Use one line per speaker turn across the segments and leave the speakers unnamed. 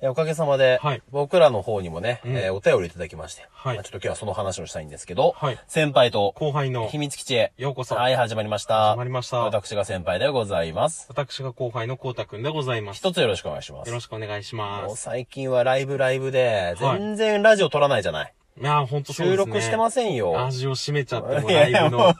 えーおかげさまで、
はい
僕らの方にもね、
ん
えーお便りいただきまして、
はい
まあちょっと今日はその話をしたいんですけど、
はい
先輩と
後輩の
秘、密基地へ、
ようこそ
はい、始まりました。
始まりました
私が先輩でございます。
私が後輩のこうたくんでございます。
一つよろしくお願いします。
よろしくお願いし
も
ま
う
す。
最近はライブライブで、
はい
全然ラジオ撮らないじゃない。
いやー、ほんとそう
収
ですね。
録してませんよ。
味を締めちゃっても
いや
ラ
いや
イブの。もう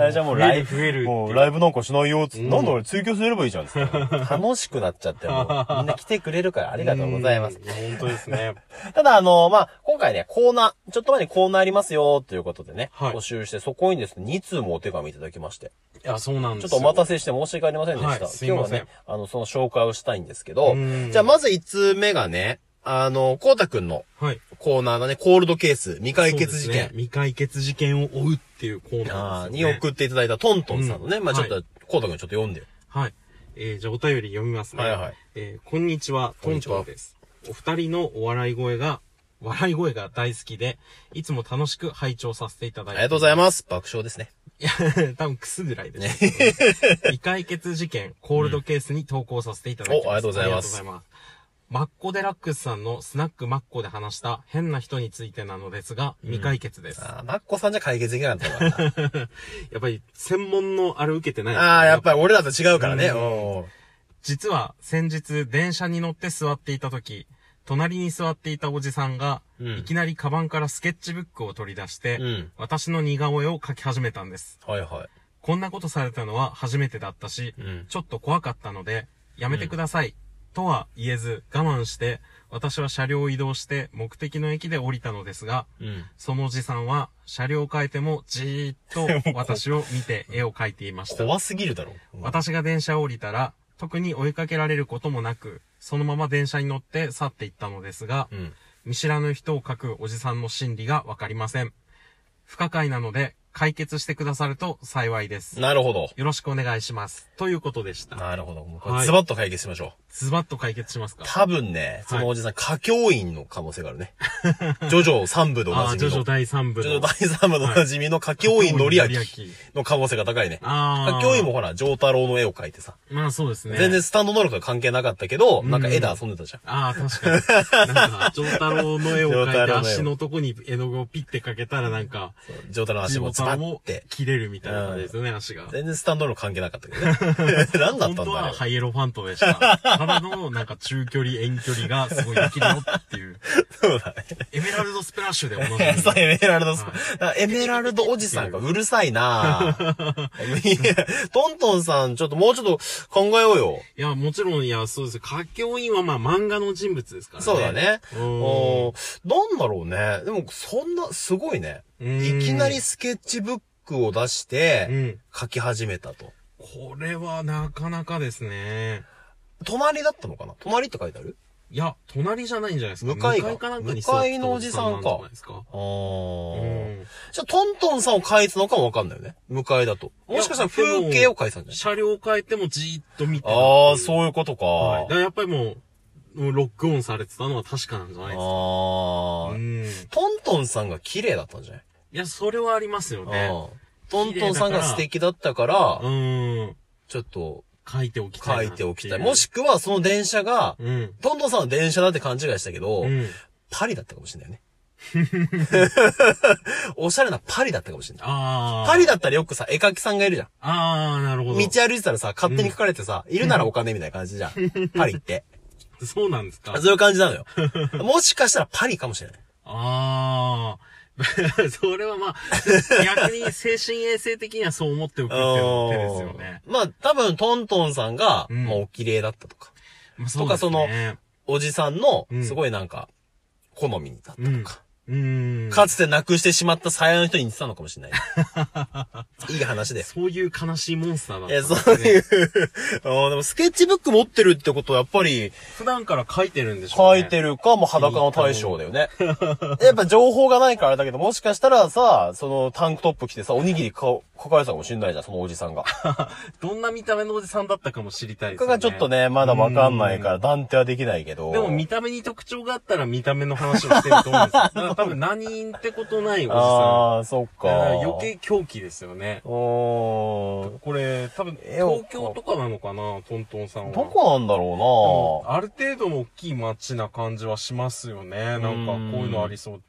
あれじゃもうライブ、
増える
も
増
う
える
ライブなんかしないよっつって、
うん
なんで俺追求すればいいじゃ んっつって。楽しくなっちゃって、もうみんな来てくれるからありがとうございます
うん。。や本当ですね。
ただ、あの、まあ、今回ね、コーナー、ちょっと前にコーナーありますよ、ということでね、
はい
募集して、そこにですね、2通もお手紙いただきまして、
いや、そうなん
ち
で
ょっ
す
と
よ
お待たせして申し訳ありませんでした。
はいすい
今日
ま
は
せん
ね、あの、その紹介をしたいんですけど
う、ん
じゃあまず1通目がね、あの、こうたくんの
はい。
コーナーだね、コールドケース、未解決事
そうですね
件、
未解決事件を追うっていうコーナ
あ
ー
ー
です
に
よ、ね。
送っていただいたトントンさんのね、
うん
まあちょっ
は
と、こうたくんちょっと読んでよ。
はい。えー、じゃあお便り読みますね。
はいはい
えー、こんにちは、
こ
ト
んに
ン
ちは
トンです。お二人のお笑い声が、笑い声が大好きで、いつも楽しく拝聴させていただ
あ
い
り
て。
がとうございます。爆笑ですね。
いや、多分クスぐらいですけどね。 未解決事件、コールドケースに投稿させていただきます。
おありがとうございます
ありがとうございます。マッコデラックスさんのスナックマッコで話した変な人についてなのですが、未解決です。
あーマッコさんじゃ解決できなかったからな。
やっぱり、専門のあれ受けてない。
ああ、やっぱり俺らと違うからね。
うん
おー
実は先日電車に乗って座っていた時、隣に座っていたおじさんが、
うん
いきなりカバンからスケッチブックを取り出して、
うん
私の似顔絵を描き始めたんです。
はいはい。
こんなことされたのは初めてだったし、
うん
ちょっと怖かったので、やめてください、とは言えず我慢して、私は車両を移動して目的の駅で降りたのですが、
うん。
そのおじさんは車両を変えてもじーっと私を見て絵を描いていました。
怖すぎるだろ。
私が電車を降りたら、特に追いかけられることもなく、そのまま電車に乗って去っていったのですが、
うん。
見知らぬ人を書くおじさんの心理がわかりません。不可解なので、解決してくださると幸いです。
なるほど。
よろしくお願いします。ということでした。
なるほど。もうこれ
はい
ズバッと解決しましょう。
ズバッと解決しますか
多分ね、そのおじさん、歌教員の可能性があるね。 ジョジョ三部でお
あ
な
あ、
じ
ジョ
み
ジョ
の。
第3部
ジョジョ
の。
第三部でおなじみの歌教員のりあきの可能性が高いね。
ああ。
歌教員も。ほら、ジョータロウの絵を描いてさ、
まあそうですね。
全然スタンド能力が関係なかったけど、なんか絵で遊んでたじゃん。
ああ、確かに。なんか、ジョータロウの絵を
ジョータロウ
描いて
の絵を
足のとこに絵の具をピッてかけたらなんか、
ジョータロウの足もズバッて。
切れるみたいな感じですよね、足が。
全然スタンド能力関係なかったけどね。何だったん
本
だ
当は
あ
ハイエロファントでした。 からの、なんか中距離、遠距離がすごいできるよっていう。
れそうだね。
エメラルドスプラッシュでおなじみの
そう、エメラルドス、エメラルドおじさんがうるさい なぁいやトントンさん、ちょっともうちょっと考えようよ。
いや、もちろん、いや、そうですよ。歌教員はまあ漫画の人物ですからね。
そうだ。ね。
う
うんん。なんだろうね。でも、そんな、すごいね。
うん
いきなりスケッチブックを出し
う
て
ん、
書き始めたと。
これはなかなかですね。
隣だったのかな隣って書いてある
いや、隣じゃないんじゃないですか。
向かいが
かなんかに座
向
ってた
かいのおじさんか
おじなんじゃないですか。
あ
う
ー
ん
じゃあ、トントンさんを書いてたのかもわかんないよね。向かいだと。もしかしたら風景を書いてたんじゃない
車両を変えてもじーっと見てたってい
ああ、そういうことか。
はい。だからやっぱりもう、もうロックオンされてたのは確かなんじゃないです
あ
か。
あ、
うん。い
トントンさんが綺麗だったんじゃない、
や、それはありますよね。
うんトントンさんが素敵だったから、
うん。
ちょっと
書いておきたいな
書
ってう。
いておきたい。もしくはその電車が、
うん。
トントンさんの電車だって勘違いしたけど、
うん。
パリだったかもしれない よね。おしゃれなパリだったかもしれない。
ああ。
パリだったらよくさ、絵描きさんがいるじゃん。
ああ、なる
道
ほど。
歩いてたらさ、勝手に書かれてさ、いるならお金みたいな感じじゃ ん。パリって。
そうなんですか。
そういう感じな のよ。もしかしたらパリかもしれない。
ああ。 それはまあ、逆に精神衛生的にはそう思っておくっていうのが手ですよね。
まあ、多分、トントンさんが、
うん
まあ、お綺麗だったとか、
まあ、
とか
そうですね
おじさんの
う、ん
すごいなんか、好みだったとか、
うん。
かつてなくしてしまった最愛の人に似てたのかもしれない。 いい話で。
そういう悲しいモンスターだったん
え、
ですね。
そういう、 あーでもスケッチブック持ってるってことはやっぱり、
普段から書いてるんでしょう
書
ね。
いてるか、もう裸の対象だよね。 やっぱ情報がないからあれだけど、もしかしたらさ、そのタンクトップ着てさ、おにぎりか、抱えてたかもしれないじゃん、そのおじさんが。
どんな見た目のおじさんだったかも知りたいです
僕
よね。
がちょっとね、まだわかんないから断定はできないけど。
でも見た目に特徴があったら見た目の話をしてると思うんですよ。だから も多分何人ってことないおじさ
ああ、そっ
ん。だから
か。
余計狂気ですよね。
おー。
これ、多分、
えお
東京とかなのかな、トントンさんは。
どこなんだろ
ある程度の大きい街な感じはしますよね。なんか、こういうのありそう。
うな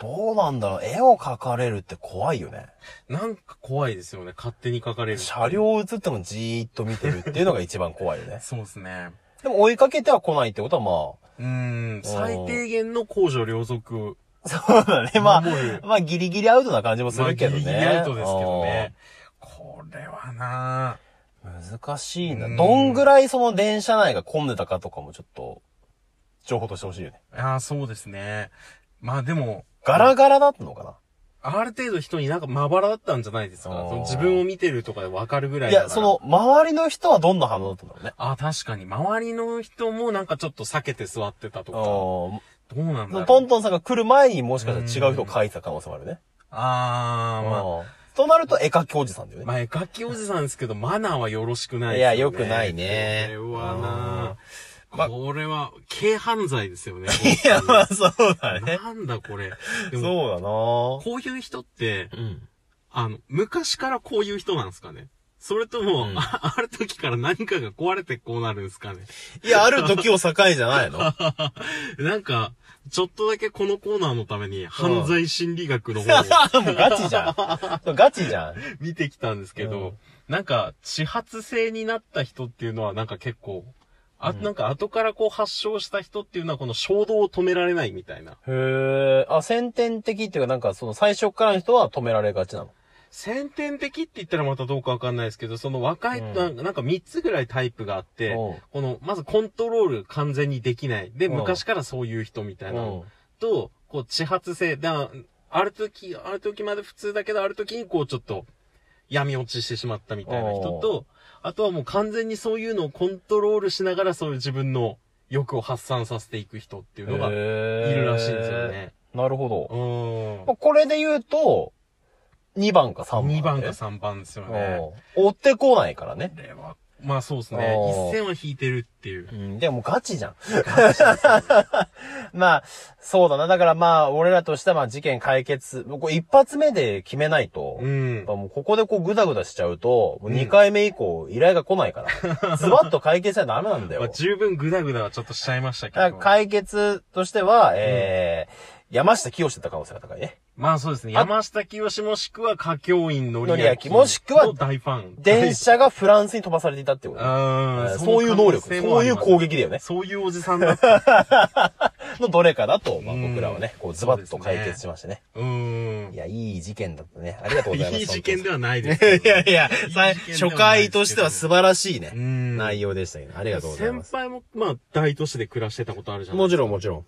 どうなんだろう絵を描かれるって怖いよね。
なんか怖いですよね。勝手に書かれる。。
車両映ってもじーっと見てるっていうのが一番怖いよね
そうですね。
でも追いかけては来ないってことは
うーん、最低限の公序良俗。
まあ、 そうだね。まあ
守る、
まあギリギリアウトな感じもす
まあ
るけどね。
ギリギリアウトですけどね。これはな
うん。難しいな。
うん
どんぐらいその電車内が混んでたかとかもちょっと、情報としてほしいよね。
あいやーそうですね。まあでも、
ガラガラだったのかな、
ある程度人になんかまばらだったんじゃないですか。
あー
その自分を見てるとかでわかるぐらい
い
だから
や、その、周りの人はどんな反応だったんだろうね。
あ、確かに。周りの人もなんかちょっと避けて座ってたとか。ど
うん
うなんだろう。
トントンさんが来る前にもしかしたら違う人を書いてた可能性もあるね。
あー、まあ。
うんとなると絵描きおじさんだよね。
まあ、絵描きおじさんですけど、マナーはよろしくないですよね。
いや良くないね
これはな
うんまあ
これは、軽犯罪ですよね。
いや、まあそうだね。
なんだこれ。でも、
そうだな
こういう人って、
うん。
あの、昔からこういう人なんですかねそれとも、
うん
あ、ある時から何かが壊れてこうなるんですかね
いや、ある時を境じゃない の
なんか、ちょっとだけこのコーナーのために、犯罪心理学の方を
もうガチじゃん。そうガチじゃん。
見てきたんですけど、なんか、自発性になった人っていうのはなんか結構、あ、
うん
なんか後からこう発症した人っていうのはこの衝動を止められないみたいな。
へえ。あ、先天的っていうか、なんかその最初からの人は止められがちなの。
先天的って言ったらまたどうかわかんないですけど、その若い、
うん
なんかなんか3つぐらいタイプがあって、
うん
この、まずコントロール完全にできない。で、
うん
昔からそういう人みたいなの
うん。
と、こう、自発性。だある時、ある時まで普通だけど、ある時にこう、ちょっと、闇落ちしてしまったみたいな人と、あとはもう完全にそういうのをコントロールしながら、そういう自分の欲を発散させていく人っていうのが、い
い
るらしいんですよ。ね。
なるほ
う
ど。
ん。
まあこれで言うと、2番か3番。
2番か3番ですよね。
うん追ってこないからね。
これは、まあそうですね。
おー
一線は引いてるっていう
う。ん、でもガチじゃん。
感じですよね
まあ、そうだな。だからまあ、俺らとしてはまあ事件解決、もうこれ一発目で決めないと、
う
やっ
ん
ぱ。もうここでこうグダグダしちゃうと、もう
うん
2回目以降依頼が来ない から、ズバッと解決しちゃダメなんだよ。
まあ十分グダグダはちょっとしちゃいましたけ
だから
ど。
解決としては、えー山下清だった可能性が高いね。
まあそうですね。
あ
山下清もしくは歌教員のりあき。
典明もしくは
の大ファン。
電車がフランスに飛ばされていたってこ
う
とね。え
ー
ー
ん。
そういう能力、
可能性
そ
もあ
うい
り
う
ます
攻。撃だよね。
そういうおじさんだった。
のどれかだと、まあ
うん
僕らはね、こうズバッと
そうですね
解決しましたね。
うー
い
ん。
や、いい事件だったね。ありがとうございます。
いい事件
だ。
ではないですけ
い
ど。
やいや、さ
いい事件ではないですけど
初回としては素晴らしいね。
うん。
内容でしたけど、ありがとうございます。
先輩も、まあ、大都市で暮らしてたことあるじゃない
も
で
ち
すか。
ろんもちろん。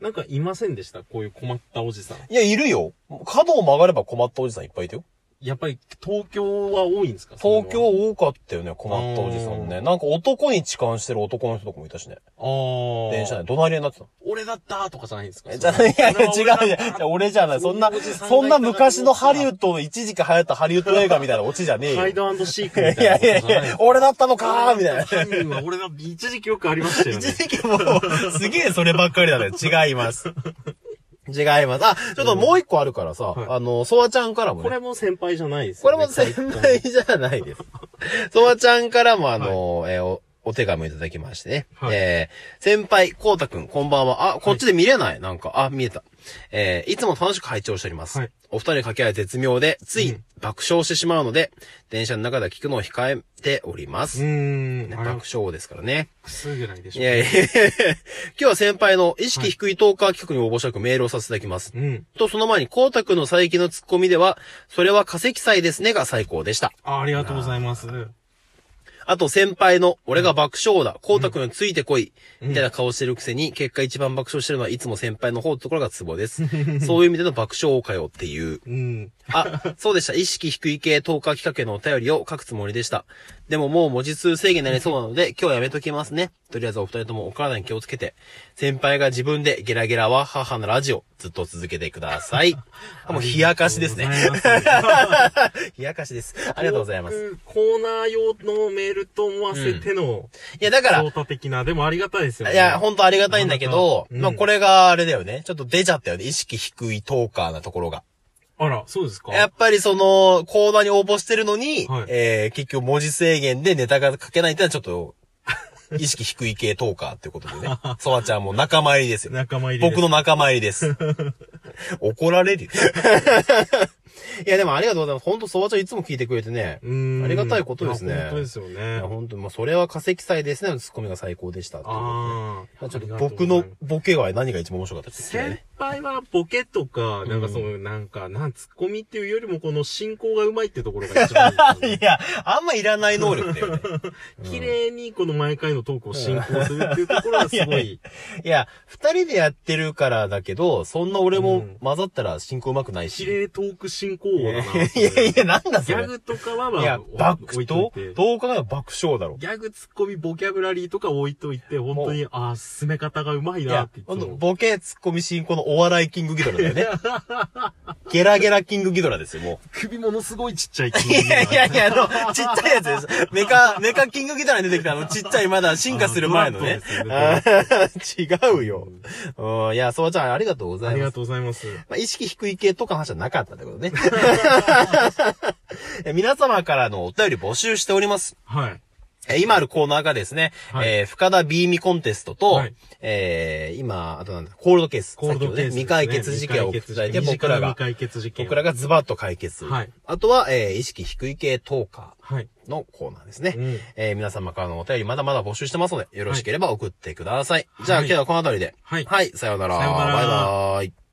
なんかいませんでしたこういう困ったおじさん。
いや、いるよ。角を曲がれば困ったおじさんいっぱいいたよ。
やっぱり東京は多いんですか
東京多かったよね、困ったおじさんね。
う
なんか男に痴漢してる男の人とかもいたしね。
ああー。
電車内、怒鳴り合いになってたの。
俺だったとかじゃないんですか
えじゃあ、いやいや、違う
俺は俺
違
だった
う。俺じゃない。そんな、
そういうおじさんがいた
そんな昔のハリウッドの一時期流行ったハリウッド映画みたいなオチじゃねえ
ハ
よ。
イ
い
ドシークみ
やい
たいな
やい
ことじゃないですか。
や、俺だったのかーみたいな。
犯人は俺だって一時期よくありましたよね
一。時期もう、すげえそればっかりだね。違います。違います。あ、ちょっともう一個あるからさ、
はい
あの、ソワちゃんからも
こ
ね
れ。も先輩じゃないです
こ
よ
れ
ね、
も先輩じゃない です。ソワちゃんからもあの、えーお、お手紙をいただきましてね。
はい
えー先輩、こうたくん、こんばんは。あ、こっちで見れない、なんか、あ、見えた。えーいつも楽しく拝聴しております。
はい
お二人の掛け合い絶妙で、つい爆笑してしまうので、電車の中では聞くのを控えております。
うーん。
ね
あれは
爆笑ですからね。
くすぐらいでし
い
ょ。
やいや今日は先輩の意識低いトーカー企画に応募したくメールをさせていただきます。
うん。
と、その前に、光太くんの最近のツッコミでは、それは化石祭ですねが最高でした。
あありがとうございます。う
あと先輩の、俺が爆笑だ、光太くんについてこい、みたいな顔してるくせに、結果一番爆笑してるのはいつも先輩の方ってところがツボです。そういう意味での爆笑をかよっていう。
ん。
あ、そうでした。意識低い系投下企画へのお便りを書くつもりでした。でももう文字数制限になりそうなので、今日はやめときますね。とりあえずお二人ともお体に気をつけて、先輩が自分でゲラゲラは母のラジオ、ずっと続けてください。 あもう冷やかしですね。冷やかしです。ありがとうございます。。
コーナー用のメールと思わせての、
いや、だから、
淘汰的な、でもありがたいですよね。
いや、ほんとありがたいんだけど、
うん
まあこれがあれだよね。ちょっと出ちゃったよね。意識低いトーカーなところが。
あら、そうですか
やっぱりその、コーナーに応募してるのに、
はい
えー、結局文字制限でネタが書けないってのはちょっと、 意識低い系トーカーってことでね。ソワちゃんも仲間入りですよ。
仲間入りです
僕の仲間入りです。 怒られる。 いや、でもありがとうございます。ほんとソワちゃんいつも聞いてくれてね。
うーん
ありがたいことですね
いや本当ですよね。
本当に、まあ、それは化石祭ですね。のツッコミが最高でしたっていうことで。
ああ。
まあちょっと
ありがうござ
僕
いま
の
す
ボケは何が一番面白かったですかね
先。輩はボケとか、なんかその、なんか、なん、ツッコミっていうよりもこの進行がうまいってところが一番いいですよね
いや、あんまいらない能力だよね。
綺麗にこの毎回のトークを進行するっていうところ がすごい。
いや、二人でやってるからだけど、そんな俺
う
も
ん
混ざったら進行うまくないし。
綺
い
麗トーク進行王だな。
や いや、なんだ
ギ
それ。
ャグとかは、まあ、
いや、
置
爆
いと
と
いて。
どう考えても爆笑だろ。
ギャグ、ツッコミ、ボキャブラリーとか置いといて、本当に、ああ、進め方がうまい
い
な
や
ってい、つ
ほんと、
も。
ボケ、ツッコミ、進行のお笑いキングギドラだよね。ゲラゲラキングギドラですよ、も
首ものすごいちっち ゃい。
う。いやいやいや、あの、ちっちゃいやつです。メカ、メカキングギドラに出てきたあの、ちっちゃいまだ進化する前のね
あ。のドラ
あ
ッ
ー違うよ。うん、いや、そうちゃんありがとうござ
あ
い
り
ま
が
す。
とうございます。
まあ、意識低い系とかの話はなかったって ことね。え皆様からのお便り募集しております。
はい。
え今あるコーナーがですね、
はい
えー深田ビーミコンテストと、
はい
えー今、あとなんだ、コールドケース。
コールドケースですね、
先ほどね未解決事件を送っていただいて、僕ら
身
が
近な未、解決事件を。
僕らがズバッと解決。
はい
あとは、えー意識低い系トーカ
はい。
ーのコーナーですね。
うん
えー皆様からのお便りまだまだ募集してますので、よろしければ送ってください。じゃあ、
はい
今日はこの辺りで。
はい
はい、さようなら。
さようなら
バイバーイ。